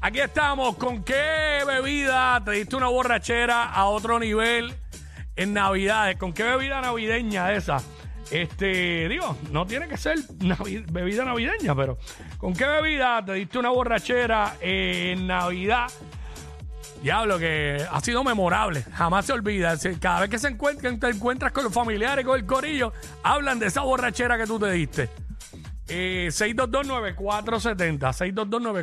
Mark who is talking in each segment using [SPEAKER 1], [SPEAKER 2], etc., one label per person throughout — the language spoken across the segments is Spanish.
[SPEAKER 1] Aquí estamos. ¿Con qué bebida te diste una borrachera a otro nivel en Navidades? ¿Con qué bebida navideña esa? Este, digo, no tiene que ser navi- bebida navideña, pero ¿con qué bebida te diste una borrachera eh, en Navidad? Diablo, que ha sido memorable, jamás se olvida. Es decir, Cada vez que se encuentran, te encuentras con los familiares, con el corillo, hablan de esa borrachera que tú te diste. Eh, 6229470,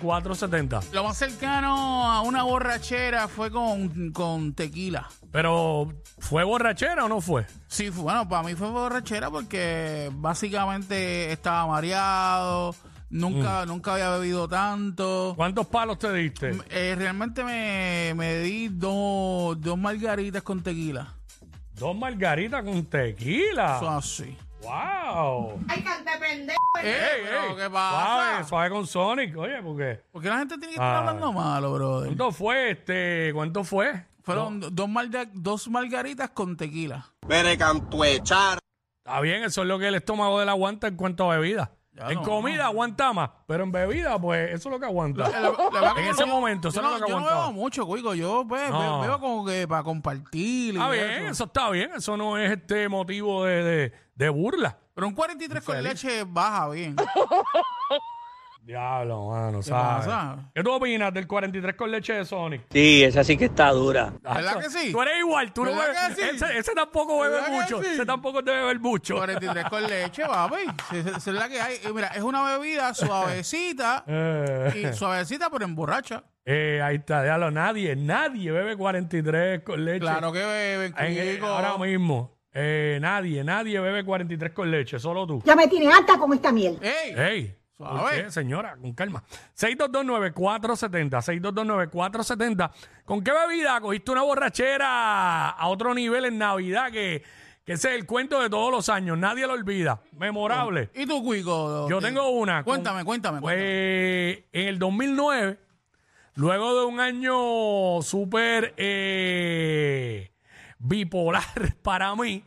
[SPEAKER 1] 6229470.
[SPEAKER 2] Lo más cercano a una borrachera fue con, con tequila.
[SPEAKER 1] Pero, ¿fue borrachera o no fue?
[SPEAKER 2] Sí, fue- bueno, para mí fue borrachera porque básicamente estaba mareado,
[SPEAKER 1] Mm.
[SPEAKER 2] nunca, nunca había bebido tanto.
[SPEAKER 1] ¿Cuántos palos te diste?
[SPEAKER 2] Eh, realmente me, me di dos, dos margaritas con tequila.
[SPEAKER 1] Dos margaritas con tequila.
[SPEAKER 2] Eso así.
[SPEAKER 1] ¡Wow!
[SPEAKER 3] Ay, cante pendejo.
[SPEAKER 2] Eh, pero
[SPEAKER 1] Ey,
[SPEAKER 2] ¿qué
[SPEAKER 1] Suave,
[SPEAKER 2] pasa?
[SPEAKER 1] suave con Sonic, oye, porque.
[SPEAKER 2] ¿Por qué la gente tiene que estar
[SPEAKER 1] Ah.
[SPEAKER 2] hablando malo, brother?
[SPEAKER 1] ¿Cuánto fue este? ¿Cuánto fue?
[SPEAKER 2] Fueron dos, marga- dos margaritas con tequila.
[SPEAKER 4] Vere cantuechar.
[SPEAKER 1] Está bien, eso es lo que el estómago de él aguanta en cuanto a bebida.
[SPEAKER 2] Ya
[SPEAKER 1] en
[SPEAKER 2] no,
[SPEAKER 1] comida aguanta más, pero en bebida, pues, eso es lo que aguanta.
[SPEAKER 2] La- la verdad Eh, que
[SPEAKER 1] en
[SPEAKER 2] yo
[SPEAKER 1] ese
[SPEAKER 2] no-
[SPEAKER 1] momento, eso
[SPEAKER 2] yo
[SPEAKER 1] es lo
[SPEAKER 2] no,
[SPEAKER 1] que
[SPEAKER 2] yo no
[SPEAKER 1] aguantaba.
[SPEAKER 2] bebo mucho, cuico. Yo pues,
[SPEAKER 1] No.
[SPEAKER 2] bebo, bebo como que para compartir. y
[SPEAKER 1] Está bien,
[SPEAKER 2] eso.
[SPEAKER 1] eso está bien. Eso no es este motivo de, de- de burla.
[SPEAKER 2] Pero un 43 con leche baja bien.
[SPEAKER 1] Diablo, mano, ¿sabes?
[SPEAKER 2] pasa?
[SPEAKER 1] ¿Qué tú opinas del 43 con leche de Sonic?
[SPEAKER 5] Sí, esa sí que está dura.
[SPEAKER 2] ¿Verdad que sí?
[SPEAKER 1] Tú eres igual, tú no
[SPEAKER 2] ¿Verdad
[SPEAKER 1] bebes.
[SPEAKER 2] que sí?
[SPEAKER 1] Ese, ese tampoco bebe
[SPEAKER 2] ¿Verdad que
[SPEAKER 1] mucho.
[SPEAKER 2] sí?
[SPEAKER 1] Ese tampoco debe beber mucho.
[SPEAKER 2] 43 con leche, papi. Sí, sí, sí, es la que hay. Y mira, es una bebida suavecita.
[SPEAKER 1] Eh,
[SPEAKER 2] y suavecita, pero emborracha.
[SPEAKER 1] eh, ahí está, déjalo. Nadie, nadie bebe 43 con leche.
[SPEAKER 2] Claro que beben,
[SPEAKER 1] En- eh,
[SPEAKER 2] cuico.
[SPEAKER 1] ahora mismo. Eh, nadie, nadie bebe 43 con leche, solo tú.
[SPEAKER 3] Ya me tiene alta con esta miel.
[SPEAKER 2] ¡Ey!
[SPEAKER 1] Ey,
[SPEAKER 2] Suave.
[SPEAKER 1] ¿por qué, señora? Con calma. 6229470, 6229470. ¿Con qué bebida cogiste una borrachera a otro nivel en Navidad? Que, que ese es el cuento de todos los años, nadie lo olvida. Memorable.
[SPEAKER 2] ¿Y tú, cuico?
[SPEAKER 1] Yo tengo una. con-
[SPEAKER 2] Cuéntame, cuéntame. cuéntame.
[SPEAKER 1] Pues en el 2009, luego de un año súper eh, bipolar para mí,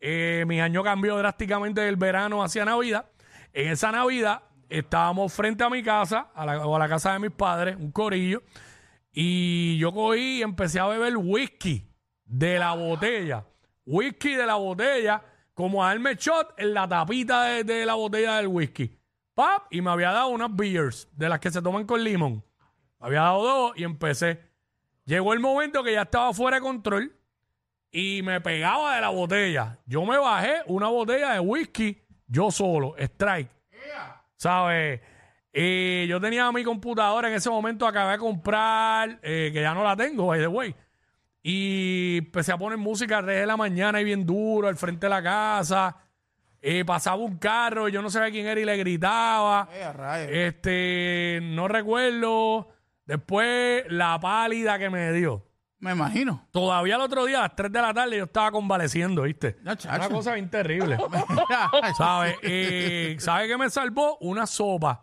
[SPEAKER 1] eh, mi año cambió drásticamente del verano hacia Navidad. En esa Navidad estábamos frente a mi casa, a la, o a la casa de mis padres, un corillo, y yo cogí y empecé a beber whisky de la botella. Whisky de la botella, como a darme shot en la tapita de, de la botella del whisky. ¡Pap! Y me había dado unas beers de las que se toman con limón. Me había dado dos y empecé. Llegó el momento que ya estaba fuera de control y me pegaba de la botella. Yo me bajé una botella de whisky yo solo, strike. ¿Sabes? Y yo tenía mi computadora en ese momento, acabé de comprar, eh, que ya no la tengo, by the way. Y empecé a poner música a 3 de la mañana y bien duro, al frente de la casa. Eh, pasaba un carro, y yo no sabía quién era y le gritaba.
[SPEAKER 2] Eh, a rayos.
[SPEAKER 1] Este, no recuerdo. Después la pálida que me dio.
[SPEAKER 2] Me imagino.
[SPEAKER 1] Todavía el otro día, a las 3 de la tarde, yo estaba convaleciendo, ¿viste?
[SPEAKER 2] No, chacho.
[SPEAKER 1] Una cosa bien terrible. ¿Sabes? Eh, ¿Sabes qué me salvó? Una sopa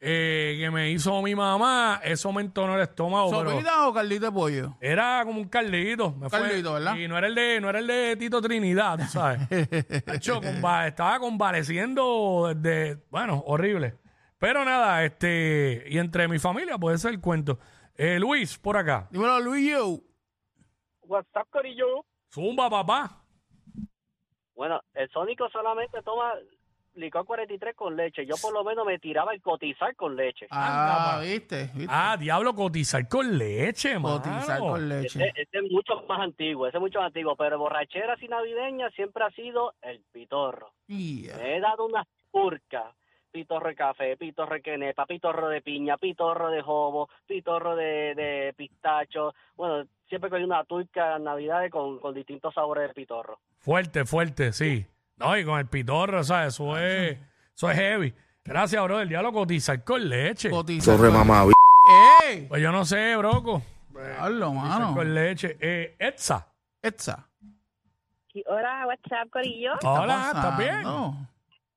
[SPEAKER 1] eh, que me hizo mi mamá. Eso me entonó el estómago. pero
[SPEAKER 2] ¿Sopita o caldito de pollo?
[SPEAKER 1] era como un caldito. Me fue-
[SPEAKER 2] Caldito, ¿verdad?
[SPEAKER 1] Y no era el de, no era el de Tito Trinidad, ¿tú ¿sabes? Tacho, conva- estaba convaleciendo desde, bueno, horrible. Pero nada, este, y entre mi familia, puede ser el cuento. Eh, Luis, por acá.
[SPEAKER 2] Dímelo, Luis, yo.
[SPEAKER 6] WhatsApp Corillo.
[SPEAKER 1] Zumba, papá.
[SPEAKER 6] Bueno, el Sónico solamente toma licor 43 con leche. Yo por lo menos me tiraba el cotizar con leche.
[SPEAKER 2] Ah, ¿viste? ¿Viste?
[SPEAKER 1] Ah, diablo, cotizar con leche, mano.
[SPEAKER 2] Cotizar con leche.
[SPEAKER 1] Eh,
[SPEAKER 6] Este, este es mucho más antiguo, ese es mucho más antiguo, pero borracheras y navideñas siempre ha sido el pitorro.
[SPEAKER 1] eh.
[SPEAKER 2] Yeah.
[SPEAKER 6] Me he dado unas purcas. Pitorro de café, pitorro de quenepa, pitorro de piña, pitorro de jobo, pitorro de, de pistacho. Bueno, siempre que hay una turca en Navidades con, con distintos sabores de pitorro.
[SPEAKER 1] Fuerte, fuerte, sí. No, y con el pitorro, ¿sabes? Eso es, eso es heavy. Gracias, bro. El diablo cotizar con leche.
[SPEAKER 2] Cotizar.
[SPEAKER 7] Torre mamá, b-
[SPEAKER 2] ¡Ey!
[SPEAKER 1] Pues yo no sé, broco.
[SPEAKER 2] Hablo,
[SPEAKER 1] Cotizar
[SPEAKER 2] mano.
[SPEAKER 1] Con leche. Eh, Etza.
[SPEAKER 2] Etza.
[SPEAKER 8] Hola, WhatsApp, Corillo.
[SPEAKER 1] Hola, ¿estás bien?
[SPEAKER 2] No.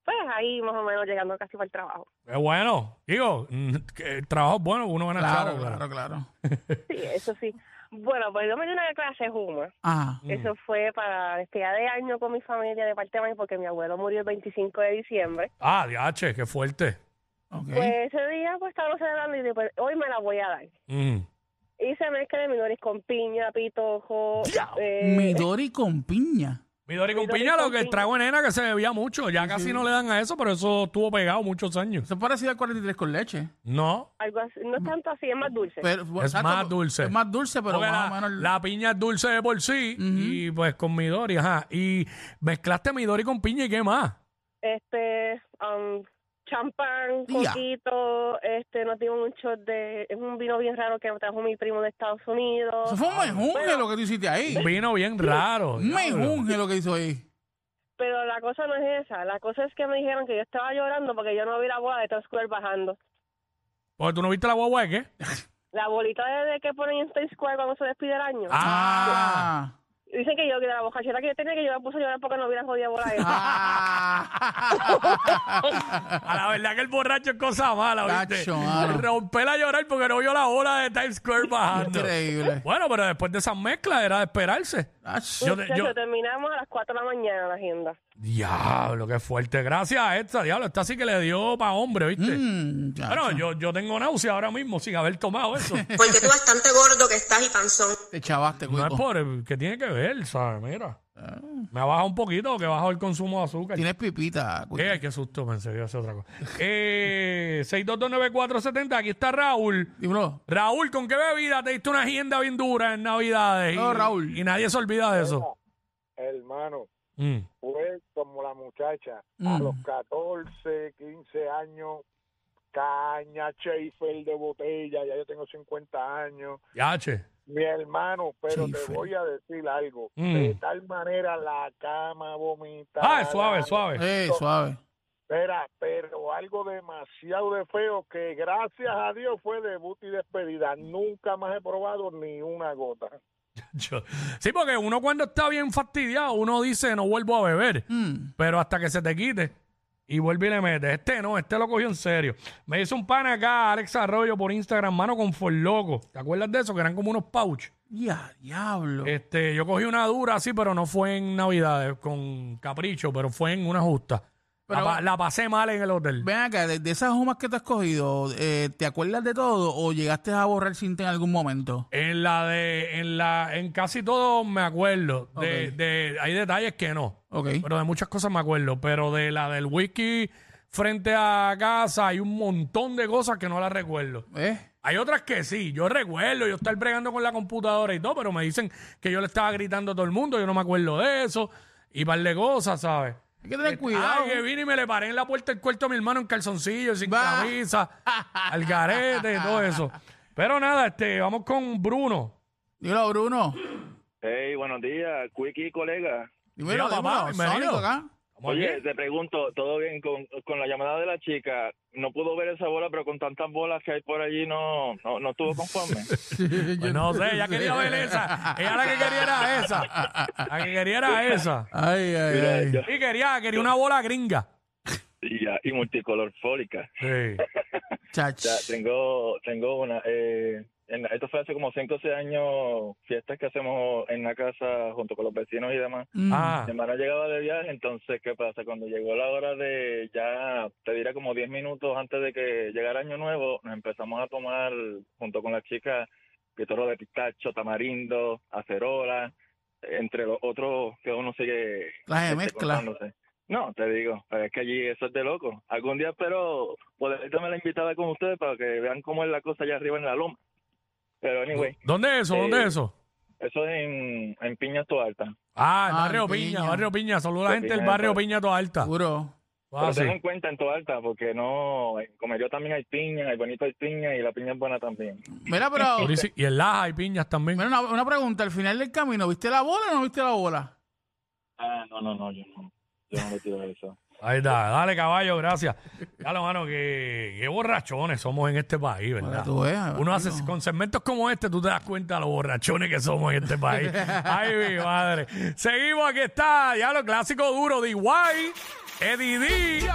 [SPEAKER 8] Pues ahí más o menos llegando casi para el trabajo.
[SPEAKER 1] Es bueno. Digo, mm, que el trabajo es bueno, uno gana
[SPEAKER 2] Claro,
[SPEAKER 1] chavo,
[SPEAKER 2] claro, claro.
[SPEAKER 8] Sí, eso sí. Bueno, pues yo me di una clase de Juma.
[SPEAKER 2] Ajá.
[SPEAKER 8] Eso fue para despedida de año con mi familia de parte de mí porque mi abuelo murió el 25 de diciembre.
[SPEAKER 1] Ah, diache, qué fuerte.
[SPEAKER 2] Ok.
[SPEAKER 8] Pues ese día pues estábamos celebrando y dije, pues, hoy me la voy a dar.
[SPEAKER 1] Mm.
[SPEAKER 8] Hice mezcla de minores con piña, pitojo. eh,
[SPEAKER 2] Midori con piña.
[SPEAKER 1] Midori con
[SPEAKER 8] Midori
[SPEAKER 1] piña, lo
[SPEAKER 8] con
[SPEAKER 1] que el
[SPEAKER 8] piña.
[SPEAKER 1] trago de nena que se bebía mucho. Ya casi no le dan a eso, pero eso estuvo pegado muchos años.
[SPEAKER 2] Eso es parecido al 43 con leche.
[SPEAKER 1] No.
[SPEAKER 8] algo así. No es tanto así, es más dulce.
[SPEAKER 2] Pero,
[SPEAKER 1] Es
[SPEAKER 2] exacto,
[SPEAKER 1] más dulce.
[SPEAKER 2] Es más dulce, pero
[SPEAKER 1] Porque
[SPEAKER 2] más
[SPEAKER 1] la,
[SPEAKER 2] o menos.
[SPEAKER 1] la piña es dulce de por sí y pues con Midori, ajá. Y mezclaste Midori con piña y qué más.
[SPEAKER 8] Este, um, champán,
[SPEAKER 2] Ya.
[SPEAKER 8] coquito, este, nos dimos un shot de, es un vino bien raro que trajo mi primo de Estados Unidos.
[SPEAKER 2] Eso fue un mejunje lo que tú hiciste ahí.
[SPEAKER 1] Un Vino bien raro.
[SPEAKER 2] Un mejunje lo que hizo ahí.
[SPEAKER 8] Pero la cosa no es esa. La cosa es que me dijeron que yo estaba llorando porque yo no vi la bola de Times Square bajando.
[SPEAKER 1] Porque tú no viste la guagua, de ¿qué?
[SPEAKER 8] La bolita de, de que ponen en Times Square cuando se despide el año.
[SPEAKER 1] Ah.
[SPEAKER 2] Ah.
[SPEAKER 8] Dicen que yo, que de la bocachera que yo tenía, que yo me puse a llorar porque no vi la jodida bola esa.
[SPEAKER 1] Ah.
[SPEAKER 2] Ah.
[SPEAKER 1] A la verdad que el borracho es cosa mala, ¿viste?
[SPEAKER 2] Tacho, mano.
[SPEAKER 1] Romperla a llorar porque no vio la ola de Times Square bajando.
[SPEAKER 2] Increíble.
[SPEAKER 1] Bueno, pero después de esas mezclas era de esperarse.
[SPEAKER 2] Ach.
[SPEAKER 1] Yo,
[SPEAKER 8] Muchachos,
[SPEAKER 1] yo-
[SPEAKER 8] terminamos a las 4 de la mañana la agenda.
[SPEAKER 1] Diablo, qué fuerte. Gracias a esta, diablo. Esta sí que le dio para hombre, ¿viste?
[SPEAKER 2] Mm, chacho.
[SPEAKER 1] Bueno, yo, yo tengo náusea ahora mismo sin haber tomado eso.
[SPEAKER 9] Porque tú bastante gordo que estás y panzón.
[SPEAKER 2] Te chavaste,
[SPEAKER 1] no es
[SPEAKER 2] cuico. Ah,
[SPEAKER 1] por que tiene que ver, ¿sabes? Mira. Me ha bajado un poquito que bajó el consumo de azúcar.
[SPEAKER 2] Tienes pipita, cuico.
[SPEAKER 1] Eh, qué susto, pensé que iba a ser otra cosa. Eh, 6229470, aquí está Raúl.
[SPEAKER 2] Dímelo.
[SPEAKER 1] Raúl, ¿con qué bebida te diste una agenda bien dura en Navidades? Y-
[SPEAKER 2] No, Raúl.
[SPEAKER 1] Y nadie se olvida de eso.
[SPEAKER 10] Hermano,
[SPEAKER 1] Mm.
[SPEAKER 10] fue como la muchacha, a
[SPEAKER 2] Mm.
[SPEAKER 10] los 14, 15 años, caña, Schaefer de botella, ya yo tengo 50 años.
[SPEAKER 1] Ya, che.
[SPEAKER 10] Mi hermano, pero
[SPEAKER 2] Schaefer.
[SPEAKER 10] te voy a decir algo.
[SPEAKER 1] Mm.
[SPEAKER 10] De tal manera la cama vomita.
[SPEAKER 1] Ah, suave, suave.
[SPEAKER 2] Eh, suave.
[SPEAKER 10] Espera, pero algo demasiado de feo que gracias a Dios fue debut y despedida. Nunca más he probado ni una gota.
[SPEAKER 1] Yo- Sí, porque uno cuando está bien fastidiado, uno dice, no vuelvo a beber.
[SPEAKER 2] Mm.
[SPEAKER 1] Pero hasta que se te quite y vuelve y le mete. Este no, este lo cogió en serio. Me dice un pan acá, Alex Arroyo, por Instagram, mano con Forloco. ¿Te acuerdas de eso? Que eran como unos pouch.
[SPEAKER 2] Ya, diablo.
[SPEAKER 1] Este, yo cogí una dura así, pero no fue en Navidad, con capricho, pero fue en una justa.
[SPEAKER 2] Pero-
[SPEAKER 1] la, pa- la pasé mal en el hotel.
[SPEAKER 2] Ven acá, de, de esas homas que te has cogido, eh, ¿te acuerdas de todo o llegaste a borrar cinta en algún momento?
[SPEAKER 1] En la de, en la, en casi todo me acuerdo. De, de- hay detalles que no.
[SPEAKER 2] Ok.
[SPEAKER 1] Pero de muchas cosas me acuerdo. Pero de la del whisky frente a casa hay un montón de cosas que no las recuerdo.
[SPEAKER 2] ¿Eh?
[SPEAKER 1] Hay otras que sí, yo recuerdo, yo estar bregando con la computadora y todo, pero me dicen que yo le estaba gritando a todo el mundo, yo no me acuerdo de eso, y par de cosas, ¿sabes?
[SPEAKER 2] Hay que tener cuidado.
[SPEAKER 1] eh, Ay, que vine y me le paré en la puerta del cuarto a mi hermano en calzoncillo, sin
[SPEAKER 2] Bah.
[SPEAKER 1] camisa, al garete, todo eso. Pero nada, este, vamos con Bruno.
[SPEAKER 2] Dímelo, Bruno.
[SPEAKER 10] Hey, buenos días, Quickie, colega.
[SPEAKER 2] Dímelo,
[SPEAKER 1] Mira, papá,
[SPEAKER 2] dímelo.
[SPEAKER 1] bienvenido.
[SPEAKER 2] Sónico acá.
[SPEAKER 1] Vamos
[SPEAKER 10] Oye,
[SPEAKER 1] bien.
[SPEAKER 10] te pregunto, todo bien con, con la llamada de la chica. No pudo ver esa bola, pero con tantas bolas que hay por allí no, no, no estuvo conforme.
[SPEAKER 1] Pues no sé, ella quería ver esa. Ella la que quería era esa. La que quería era esa.
[SPEAKER 2] Ay, ay,
[SPEAKER 10] Mira,
[SPEAKER 2] ay.
[SPEAKER 10] yo-
[SPEAKER 1] Y quería, quería una bola gringa.
[SPEAKER 10] y, ya, y multicolor fólica.
[SPEAKER 1] Sí.
[SPEAKER 2] Chach.
[SPEAKER 10] Ya, tengo, tengo una. eh, en- esto fue hace como 5 o 6 años, fiestas que hacemos en la casa junto con los vecinos y demás.
[SPEAKER 2] Mm.
[SPEAKER 1] Ah,
[SPEAKER 10] Mi hermano llegaba de viaje, entonces, ¿qué pasa? Cuando llegó la hora de ya, te diré como 10 minutos antes de que llegara Año Nuevo, nos empezamos a tomar, junto con las chicas, pitorro de pistacho, tamarindo, acerola, entre los otros que uno sigue
[SPEAKER 2] Las Ah, de
[SPEAKER 10] este,
[SPEAKER 2] mezcla.
[SPEAKER 10] contándose. No, te digo, pero es que allí eso es de loco. Algún día espero poder darme la invitada con ustedes para que vean cómo es la cosa allá arriba en la loma. Pero anyway,
[SPEAKER 1] ¿dónde es eso? ¿Dónde es
[SPEAKER 10] Eh,
[SPEAKER 1] eso?
[SPEAKER 10] eso es en, en Piñas Toda Alta.
[SPEAKER 1] Ah, el
[SPEAKER 2] Ah,
[SPEAKER 1] barrio
[SPEAKER 2] en
[SPEAKER 1] Piña,
[SPEAKER 2] Piña.
[SPEAKER 1] barrio Piña. Saludos a la
[SPEAKER 10] Lo
[SPEAKER 1] gente
[SPEAKER 10] Piña
[SPEAKER 1] del
[SPEAKER 10] es
[SPEAKER 1] barrio
[SPEAKER 10] todo.
[SPEAKER 1] Piña toda alta.
[SPEAKER 2] Seguro.
[SPEAKER 1] Ah,
[SPEAKER 10] Pero
[SPEAKER 1] sí.
[SPEAKER 10] ten en cuenta en toda alta, porque no, en Comerío también hay piña, hay bonito hay piña y la piña es buena también.
[SPEAKER 2] Mira, pero.
[SPEAKER 1] Durísimo. Y en Laja hay piñas también.
[SPEAKER 2] Mira, una, una pregunta. Al final del camino, ¿viste la bola o no viste la bola?
[SPEAKER 10] Ah, no, no, no, yo no. Yo no me tiro eso.
[SPEAKER 1] Ahí está, dale caballo, gracias. Dale, mano, que, que borrachones somos en este país, ¿verdad?
[SPEAKER 2] Para que tú veas,
[SPEAKER 1] Uno hace
[SPEAKER 2] amigo.
[SPEAKER 1] con segmentos como este, tú te das cuenta de los borrachones que somos en este país. Ay, mi madre. Seguimos, aquí está, ya lo clásico duro de Iguay, Eddie D.